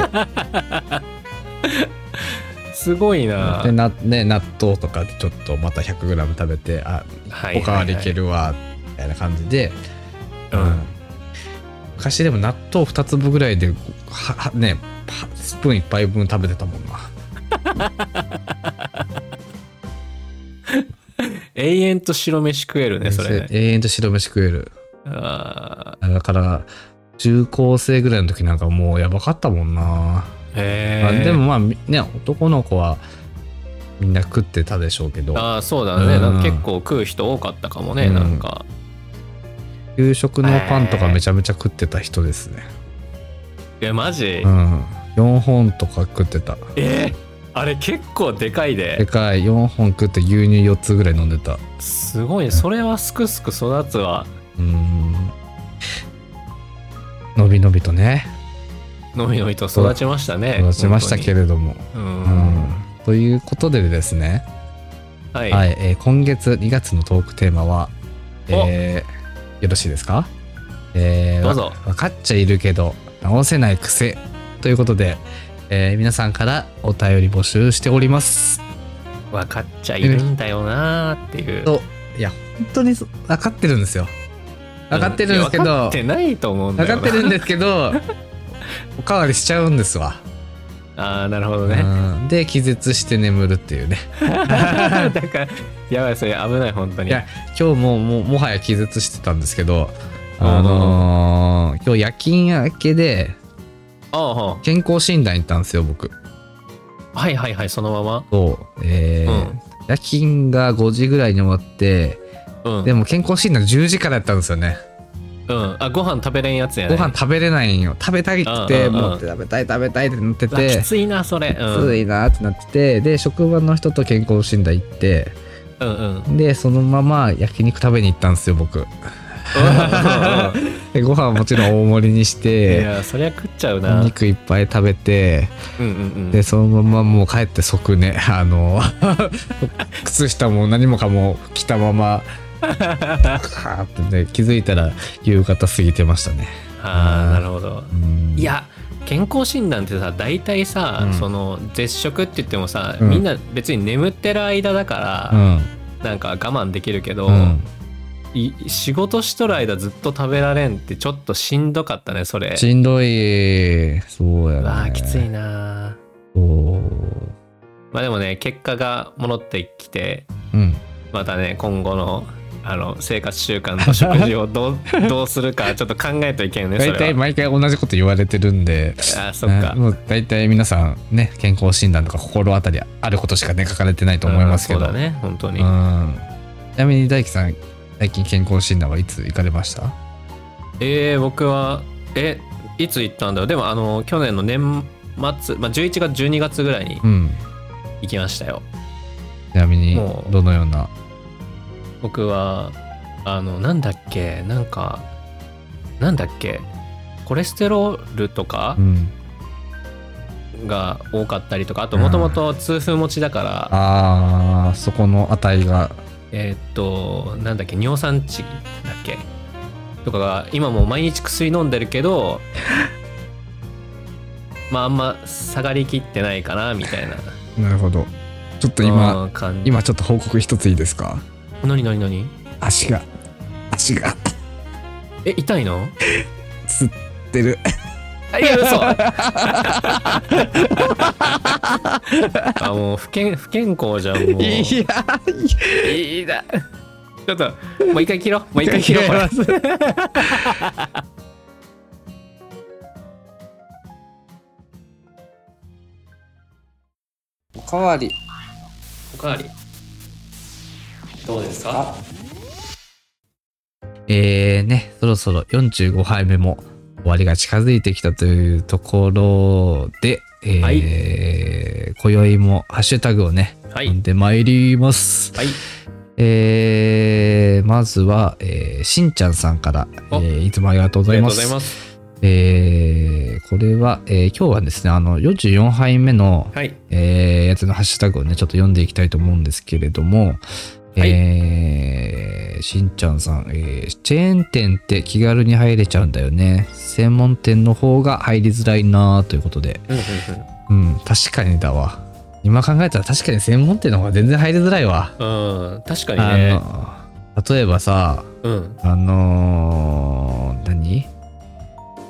S2: すごいな
S1: でな、ね、納豆とかちょっとまた 100g 食べてあ
S2: は
S1: おかわりいけるわみたいな感じで、
S2: うん
S1: 昔でも納豆2粒ぐらいでははねはスプーン1杯分食べてたもんな
S2: 永遠と白飯食えるねそれね
S1: 永遠と白飯食える
S2: あ
S1: だから中高生ぐらいの時なんかもうやばかったもんな、
S2: ーへ
S1: まあ
S2: え
S1: でもまあみね男の子はみんな食ってたでしょうけど
S2: ああそうだね、
S1: うん
S2: なんか結構食う人多かったかもね、
S1: うん
S2: なんか
S1: 給食のパンとかめちゃめちゃ食ってた人ですね、
S2: いやマジ、
S1: うん4本とか食ってた
S2: えあれ結構でかい
S1: で
S2: で
S1: かい4本食って牛乳4つぐらい飲んでた
S2: すごいねそれはすくすく育つわ
S1: うーん伸び伸びとね
S2: のびのびと育ちましたね
S1: 育ちましたけれども、
S2: どう
S1: うんん、ということでですね、
S2: はい、
S1: はいえー今月2月のトークテーマは、えーよろしいですか、えー
S2: どうぞ
S1: わ分かっちゃいるけど直せない癖ということで、えー皆さんからお便り募集しております
S2: 分かっちゃいるんだよなーっていう
S1: といや本当にそ分かってるんですよ分かってるんですけど、
S2: いや分かってないと思うんだ
S1: 分
S2: よな
S1: かってるんですけ
S2: [LAUGHS]
S1: どおかわりしちゃうんですわ、
S2: ああなるほど
S1: う
S2: ね、
S1: んで気絶して眠るっていうね
S2: [LAUGHS] だからやばいそれ危ない本当に
S1: いや今日ももうもはや気絶してたんですけどあのー今日夜勤明けで
S2: ああは
S1: 健康診断行ったんですよ僕
S2: あはいはいはいそのまま
S1: そうえー
S2: うん
S1: 夜勤が5時ぐらいに終わって
S2: うん
S1: でも健康診断10時からやったんですよね
S2: うん、あご飯食べれんやつや
S1: ご
S2: ね
S1: 飯食べれないんよ食べたいっ
S2: うん
S1: て
S2: うんうん
S1: もう食べたい食べたいってなって
S2: あ
S1: て
S2: きついなそれう
S1: き
S2: ん
S1: ついなってなっててで職場の人と健康診断行って
S2: うんうん
S1: [LAUGHS]
S2: うん
S1: でそのまま焼肉食べに行ったんですよ僕でご飯もちろん大盛りにし
S2: [LAUGHS] い
S1: て
S2: やそりゃ食っちゃう
S1: お
S2: な
S1: 肉いっぱい食べて
S2: うんうんう
S1: で
S2: ん
S1: そのままもう帰って即ね [LAUGHS] あの靴下も何もかも着たま
S2: [LAUGHS]
S1: まカーってね気づいたら夕方過ぎてましたね
S2: ああなるほど
S1: うん
S2: いや健康診断ってさ大体さ、
S1: うん
S2: その絶食って言ってもさ、
S1: うん
S2: みんな別に眠ってる間だか
S1: う
S2: ら、
S1: ん
S2: なんか我慢できるけど、
S1: うん
S2: い仕事しとる間ずっと食べられんってちょっとしんどかったねそれ
S1: しんどいそうや
S2: うわあ
S1: ね
S2: きついな
S1: そう
S2: まあでもね結果が戻ってきて
S1: うん
S2: またね今後のあの生活習慣
S1: [LAUGHS]
S2: と食事をどうどうするかちょっと考えといけんねそ
S1: 大
S2: れ
S1: 体
S2: は
S1: 毎回同じこと言われてるんで
S2: あそっか
S1: うんもう大体皆さんね健康診断とか心当たりあることしかね書かれてないと思いますけど
S2: うんそうだね本当
S1: うん
S2: に、
S1: ちなみに大樹さん最近健康診断はいつ行かれました
S2: えー、僕はえいつ行ったんだろうでもあの去年の年末、まあ、11月12月ぐらいに
S1: うん
S2: 行きましたよ
S1: ちなみに
S2: もう
S1: どのような
S2: 僕はあのなんだっけなんかなんだっけコレステロールとか
S1: うん
S2: が多かったりとかあともともと痛風持ちだから、
S1: あーそこの値が
S2: えーっとなんだっけ尿酸値だっけとかが今もう毎日薬飲んでるけど [LAUGHS] まああんま下がりきってないかなみたいな
S1: なるほどちょっと今
S2: うん感じ
S1: 今ちょっと報告一ついいですか
S2: 何何何
S1: 足が足が
S2: え痛いの
S1: つってる
S2: あいや
S1: [LAUGHS]
S2: 嘘あもう不健不健康じゃんもう
S1: いや
S2: いいだちょっともう一回切ろうもう一回切ろうこれ
S1: ます
S3: [LAUGHS] おかわり
S2: おかわりどうですか
S1: えーね、そろそろ45杯目も終わりが近づいてきたというところで、えー
S2: は
S1: 今宵もハッシュタグをね、
S2: は
S1: 読ん
S2: い
S1: でまいります。
S2: はい
S1: えーまずは、えーしんちゃんさんから、え
S2: お
S1: ーいつもありがとうご
S2: あ
S1: ざ
S2: り
S1: い
S2: がとう
S1: ま
S2: ござい
S1: す。
S2: ます
S1: えーこれは、えー今日はですね、あの、44杯目の、
S2: はい
S1: えーやつのハッシュタグをね、ちょっと読んでいきたいと思うんですけれども、
S2: はい
S1: えーしんちゃんさん、えーチェーン店って気軽に入れちゃうんだよね。専門店の方が入りづらいなということで。
S2: うんうんうん
S1: うん、確かにだわ。今考えたら確かに専門店の方が全然入りづらいわ。
S2: うん、確かに
S1: あ
S2: ね。
S1: の、例えばさ、
S2: うん。
S1: あのー何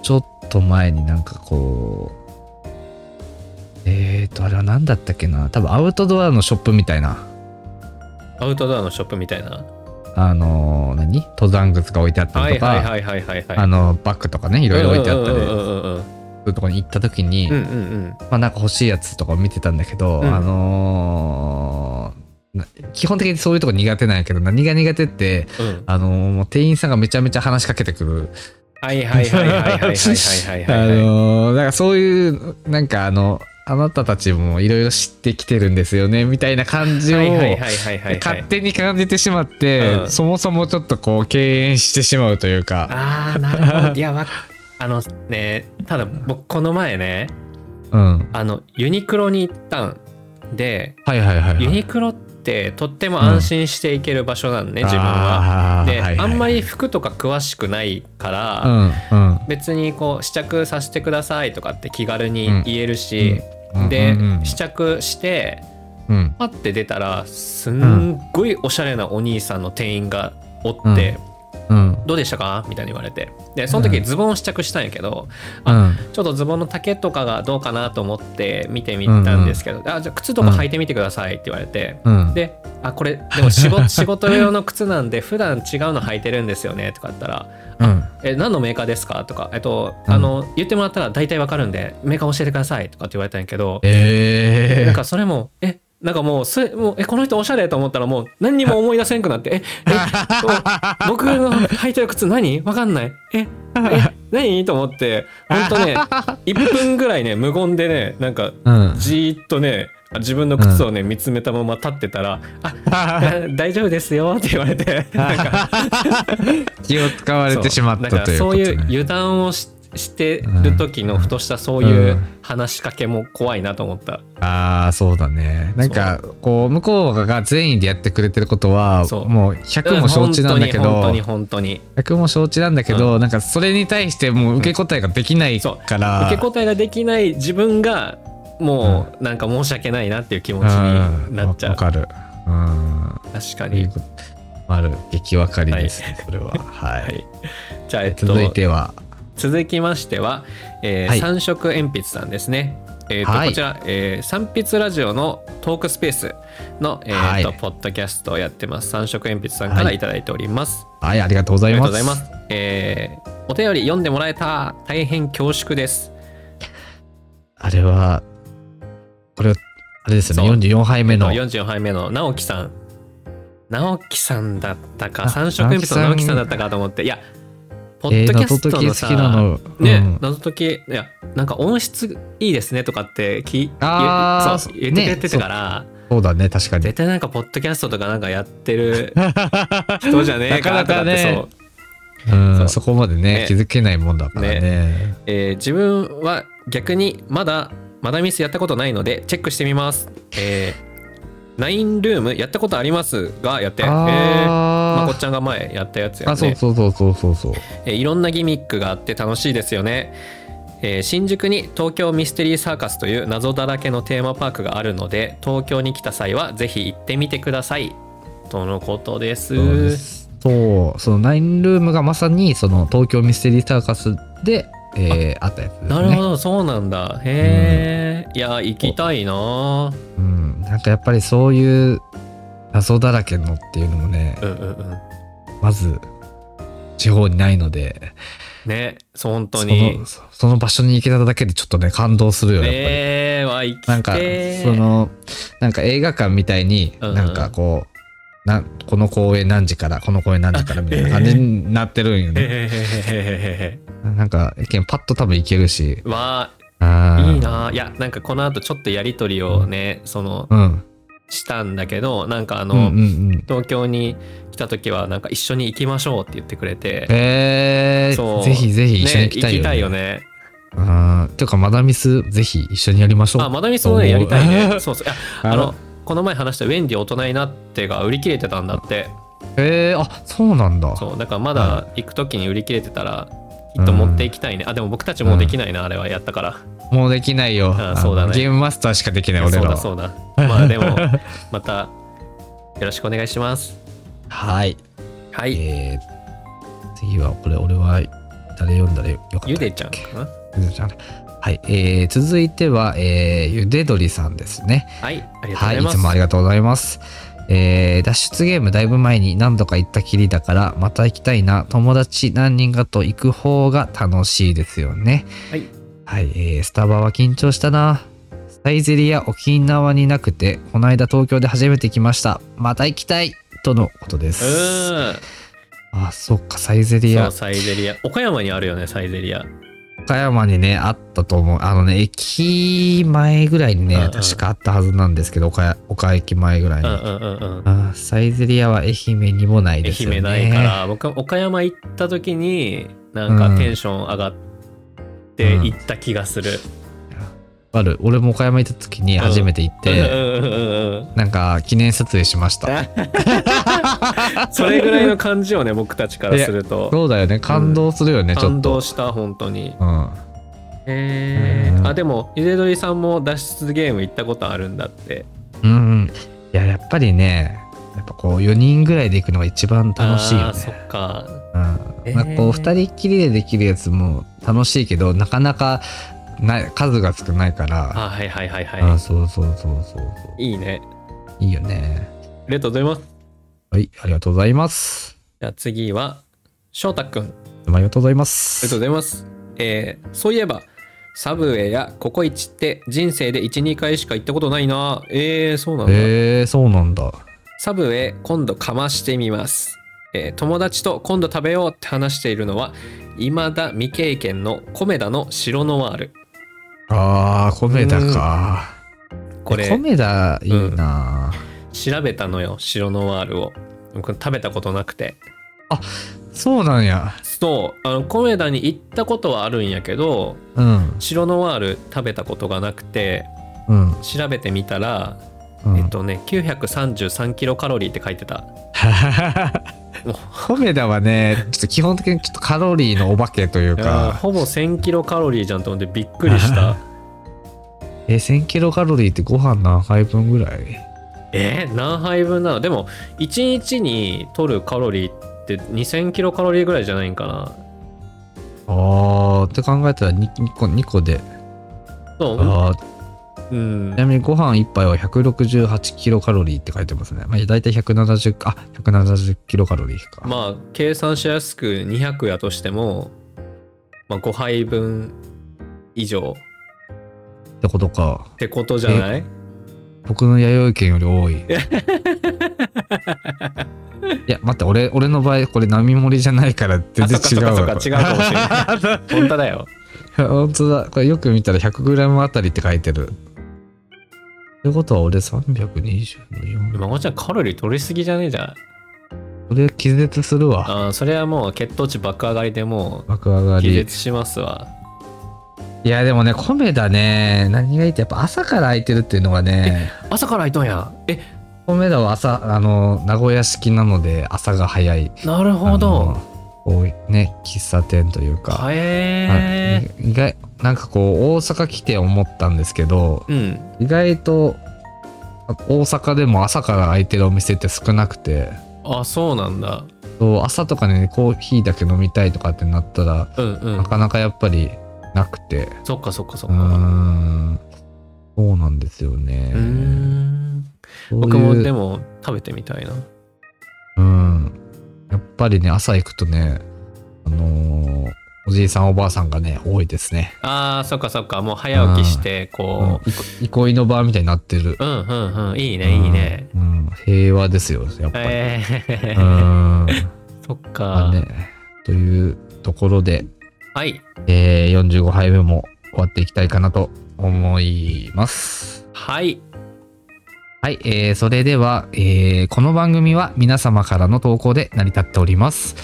S1: ちょっと前になんかこう、えーと、あれは何だったっけな多分アウトドアのショップみたいな、
S2: アウトドアのショップみたいな。
S1: あのー何登山靴が置いてあった
S2: は
S1: り
S2: い
S1: とか、
S2: はいはいはいはいはい。
S1: あの、バッグとかね、いろいろ置いてあったり、
S2: うん
S1: そういうとこに行った時に、
S2: うんうんうん。うんうんうん。
S1: まあなんか欲しいやつとかを見てたんだけど、
S2: うん
S1: あのーな基本的にそういうとこ苦手なんやけど何が苦手って
S2: うん。
S1: あのーもう店員さんがめちゃめちゃ話しかけてくる
S2: はいはいはいはいはいはいはいはいはいはい。
S1: あのーなんかそういうなんかあのあなたたちもいろいろ知ってきてるんですよねみたいな感じを
S2: はいはいはいはいはい、はい
S1: 勝。手に感じてしまって、
S2: うん
S1: そもそもちょっとこう敬遠してしまうというか、
S2: ああ、なるほど。いや、わあのね、ただ僕、この前ね、
S1: うん、
S2: あの、ユニクロに行ったんで、
S1: はいはいはいはい
S2: ユニクロってとっても安心して行ける場所なんね、自分は。
S1: あー
S2: で、
S1: はいはい
S2: あんまり服とか詳しくないから、
S1: うんうん
S2: 別にこう試着させてくださいとかって気軽に言えるし、
S1: うん
S2: で、
S1: うんうん
S2: 試着して
S1: うん
S2: パッて出たらすんごいおしゃれなお兄さんの店員がおって「
S1: うん
S2: どうでしたか?」みたいに言われてでその時
S1: うん
S2: ズボンを試着したんやけど、
S1: うん
S2: ちょっとズボンの丈とかがどうかなと思って見てみたんですけど「あじゃあ靴とか履いてみてください」って言われて。
S1: うん
S2: であこれでも仕事 [LAUGHS] 仕事用の靴なんで普段違うの履いてるんですよねとか言ったら
S1: うん
S2: え何のメーカーですかとか、えっと
S1: うん
S2: あの言ってもらったら大体わかるんでメーカー教えてくださいとかって言われたんやけど、
S1: え
S2: なん
S1: ー
S2: かそれもえなんかもうすもうえこの人おしゃれと思ったらもう何にも思い出せんく
S1: [LAUGHS]
S2: なってええお僕の履いてる靴何わかんないええ何と思って本
S1: [LAUGHS]
S2: 当ね1分ぐらいね無言でねなんか
S1: うん
S2: じーっとね自分の靴をね見つめたまま立ってたら「
S1: [LAUGHS]
S2: あ大丈夫ですよ」って言われてなんか。
S1: 気を使われてしまった
S2: そう
S1: と
S2: だから
S1: いう
S2: そ
S1: こ
S2: う
S1: とね
S2: いう油断をししてる時のふとしたそういううん話しかけも怖いなと思った、
S1: ああそうだねなんかこう向こうが善意でやってくれてることは
S2: そう
S1: もう100も承知なんだけ
S2: 本当
S1: ど
S2: に本当に本
S1: 100も承知なんだけどなんかそれに対してもう受け答えができないか
S2: 当に
S1: ら
S2: 受け答えができない自分がもうなんか申し訳ないなっていう気持ちになっちゃう、
S1: わかるうん
S2: 確か
S1: とい
S2: に
S1: うことある激わかりですねそれはは
S2: はいいじゃあ、えっと、
S1: 続い
S2: 続
S1: ては
S2: きましては、えー
S1: はい
S2: 三色鉛筆さんですねえーと
S1: はい
S2: こちら、えー三筆ラジオのトークスペースの、えーと
S1: はい
S2: ポッドキャストをやってます三色鉛筆さんからいただいております、
S1: はいありがとうござ
S2: あ
S1: い
S2: りが
S1: ま
S2: とうございますす。えーお便り読んでもらえた大変恐縮です。
S1: あれはこれあれですよね
S2: そう
S1: 44杯目の
S2: 44杯目の直樹さん。直樹さんだった
S1: あ
S2: か、三色鉛筆の直樹さんだったかと思って、いや、ポッドキャストのさ、
S1: えー謎解き好きなの
S2: ね、
S1: うん
S2: 謎解き、いや、なんか音質いいですねとかってき
S1: あー
S2: 言う言ってくれてた
S1: ね
S2: から、
S1: そうだね確かに
S2: 絶対なんかポッドキャストとかなんかやってる人じゃねえかなとか
S1: [LAUGHS] なかなか
S2: って
S1: ね
S2: そう。
S1: うん
S2: そう
S1: そこまでね
S2: ね
S1: 気づけないもんだからね
S2: えー自分は逆にまだマダミスやったことないのでチェックしてみます。えー、ナインルームやったことありますがやって、えー、ま
S1: あ
S2: こ
S1: ー
S2: っちゃんが前やったやつや
S1: あそう
S2: ね、
S1: そうそうそうそうそう
S2: えーいろんなギミックがあって楽しいですよね、えー新宿に東京ミステリーサーカスという謎だらけのテーマパークがあるので東京に来た際はぜひ行ってみてくださいとのことです
S1: そうですそうそのナインルームがまさにその東京ミステリーサーカスで、えーあったやつですね
S2: なるほどそうなんだへえ、いや行きたいな
S1: うん、なんかやっぱりそういう謎だらけのっていうのもね
S2: うんうんうん
S1: まず地方にないので
S2: ね、そう本当に。
S1: そのその場所に行けただけでちょっとね感動するよやっぱり、
S2: ねえ、わ、行きてー
S1: なんかそ、のなんか映画館みたいに
S2: うんうん
S1: なんかこう、なんこの公演何時からこの公演何時からみたいな感じになってるんよ
S2: へへ
S1: ね、
S2: へへへ
S1: なんか意見パッと多分行けるし
S2: へわ
S1: あー
S2: いいなー。いや、なんかこの後ちょっとやりとりをね、その、
S1: うん
S2: したんだけど、なんかあ
S1: うん
S2: の、
S1: うんうん
S2: 東京に来た時は、なんか一緒に行きましょうって言ってくれて、
S1: え
S2: そ
S1: ー、
S2: う
S1: ぜひぜひ一緒に
S2: ね
S1: 行きたいよね
S2: 行きたいよね。
S1: あーていうかマダミスぜひ一緒にやりましょう
S2: あ、マダミスもね、
S1: そ
S2: や
S1: う
S2: りたいね。そうそう。いや
S1: [LAUGHS] あ
S2: あ
S1: の
S2: の、この前話したウェンディ大人になってが売り切れてたんだって。
S1: えー、あそうなんだ
S2: そう、だからまだ行く時に売り切れてたら、きっと持っていきたいね。あ、でも僕たちもうできないな、あれはやったから。
S1: もうできないよ
S2: あそうだね
S1: あのゲームマスターしかできない俺
S2: そう
S1: ら
S2: だ
S1: は
S2: そうだまあでもまたよろしくお願いします
S1: はい
S2: はい
S1: えー次はこれ俺は誰読んだらよかった
S2: ゆでちゃんかな
S1: ゆでちゃんはい、えー続いては、えーゆでどりさんですね
S2: はいありがとうご
S1: は
S2: ざ
S1: い
S2: い
S1: い
S2: ま
S1: つ
S2: す
S1: もありがとうございますえー脱出ゲームだいぶ前に何度か行ったきりだからまた行きたいな友達何人かと行く方が楽しいですよね
S2: はい、
S1: はいえースタバは緊張したなサイゼリア沖縄になくてこの間東京で初めて来ましたまた行きたいとのことです
S2: うーん
S1: あそっかサイゼリ
S2: そう
S1: ア
S2: サイゼリア岡山にあるよねサイゼリア
S1: 岡山にね、あったと思う。あのね、駅前ぐらいにね、
S2: うんうん
S1: 確かあったはずなんですけど、岡岡駅前ぐらいに。
S2: うんうんうんうん
S1: あーサイゼリアは愛媛にもないですよね。
S2: 愛媛ないから、僕岡山行った時になんかテンション上がって行った気がする、
S1: ある。俺も岡山行った時に初めて行って、
S2: うんうんうんうん
S1: なんか記念撮影しました。
S2: それぐらいの感じをね僕たちからすると
S1: [LAUGHS] そうだよね。感動するよね、ちょ
S2: 感
S1: っと
S2: 動。した本当に
S1: うん。
S2: え
S1: うん
S2: あでもゆでどりさんも脱出ゲーム行ったことあるんだって
S1: うんうん。いや、やっぱりね、やっぱこう4人ぐらいで行くのが一番楽しい
S2: あ
S1: よ
S2: ーそ
S1: ね。
S2: っか
S1: うん。なんかこう2人っきりでできるやつも楽しいけど、なかなかない数が少ないから。
S2: あはいはいはいはい、
S1: あそうそうそうそうそう。
S2: いいね
S1: いいよね。
S2: ありがとうございます
S1: はい、ありがとうございます。
S2: じゃあ次は翔太くん
S1: どうもありがとうございま
S2: ありがとう
S1: す。
S2: ございます。えーそういえば、サブウェイやココイチって人生で1、2回しか行ったことないな。えー、そうなんだ。
S1: えー、そうなんだ。
S2: サブウェイ、今度かましてみます。えー友達と今度食べようって話しているのは、未だ未経験のコメダの白ノワール。
S1: あー、コメダか。
S2: これ
S1: コ、メダいいな、
S2: 調べたのよ、白ノワールを。僕食べたことなくて。
S1: そうなんや。
S2: そう、あの、コメダに行ったことはあるんやけど、
S1: うん。
S2: 白ノワール食べたことがなくて、
S1: うん。
S2: 調べてみたら、
S1: うん
S2: え
S1: [LAUGHS]
S2: っとね、933キロカロリーって書いてた。もう
S1: コメダはね、ちょっと基本的にちょっとカロリーのお化けという
S2: いやー
S1: か、
S2: ほぼ1000キロカロリーじゃんと思ってびっく
S1: [LAUGHS]
S2: りした。
S1: え1000キロカロリーってご飯何杯分ぐらい
S2: えー何杯分なのでも、1日に取るカロリーって2000キロカロリーぐらいじゃないんかな。
S1: あーって考えたら 2, 個2個で。
S2: そう、
S1: あー
S2: うん
S1: ちな。みにご飯1杯は168キロカロリーって書いてますね。まあ、大体170、あ、170キロカロリーか。
S2: まあ、計算しやすく200やとしても、まあ、5杯分以上
S1: ってことか。
S2: ってことじゃない
S1: 僕の弥生県より
S2: [LAUGHS]
S1: 多い。いや、待って、俺、俺の場合、これ並盛りじゃないから全然違うわ。
S2: あそっかそっか違うかもしれない。本当だよ。
S1: 本当だ。これよく見たら 100g あたりって書いてる。ってことは俺324。
S2: 孫ちゃんカロリー取りすぎじゃねえじゃん。
S1: 俺気絶するわ。
S2: あーそれはもう血糖値爆上がりでも
S1: 爆上が
S2: う気
S1: り。
S2: 絶しますわ。
S1: いや、でもね、米だね。何がいいって、やっぱ朝から空いてるっていうのがね、
S2: 朝から開いとんや。え、
S1: 米だは朝、あの、名古屋式なので朝が早い。
S2: なるほど。
S1: あの。多いね、喫茶店というか。
S2: へえ。
S1: あい意外、なんかこう、大阪来て思ったんですけど、
S2: うん。
S1: 意外と、大阪でも朝から空いてるお店って少なくて、
S2: あ、そうなんだ。
S1: そう朝とかねコーヒーだけ飲みたいとかってなったら、
S2: うんう。
S1: なんかなかやっぱりなくて
S2: そっかそっかそうっ
S1: ー
S2: か。
S1: んそうなんですよね
S2: うーん。
S1: そういう
S2: 僕もでも食べてみたいな。
S1: うんやっぱりね朝行くとねあのーおじいさんおばあさんがね多いですね、
S2: あー、そっかそっか。もう早起きして、
S1: うん
S2: こ、
S1: いこ憩いの場みたいになってる
S2: う。うんうんうん。いいね、いいね。
S1: うん、うん平和ですよやっぱり、
S2: ええ
S1: うーん
S2: [LAUGHS] そっ
S1: まあ
S2: か。
S1: ねというところで、
S2: はい。
S1: えー、45杯目も終わっていきたいかなと思います
S2: はい。
S1: はい、えーそれでは、えーこの番組は皆様からの投稿で成り立っております。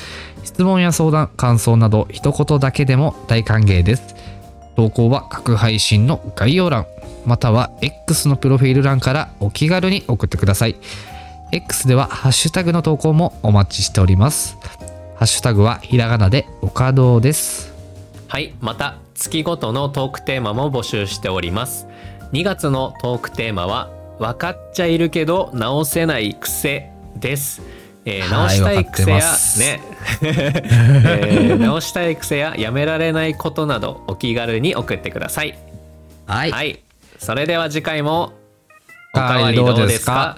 S1: 質問や相談、感想など一言だけでも大歓迎です。投稿は各配信の概要欄、または X のプロフィール欄からお気軽に送ってください。X ではハッシュタグの投稿もお待ちしております。ハッシュタグはひらがなで岡堂です。
S2: はい、また月ごとのトークテーマも募集しております。2月のトークテーマは分かっちゃいるけど直せない癖です。えー
S1: は
S2: 直
S1: い
S2: したい癖
S1: わ
S2: や
S1: かってます
S2: ね、 [LAUGHS] えー直したい癖ややめられないことなどお気軽に送ってください。
S1: はい
S2: はい、それでは次回もお
S1: おか
S2: か
S1: わ
S2: わ
S1: り
S2: り
S1: ど
S2: ど
S1: う
S2: う
S1: で
S2: ですす
S1: か
S2: か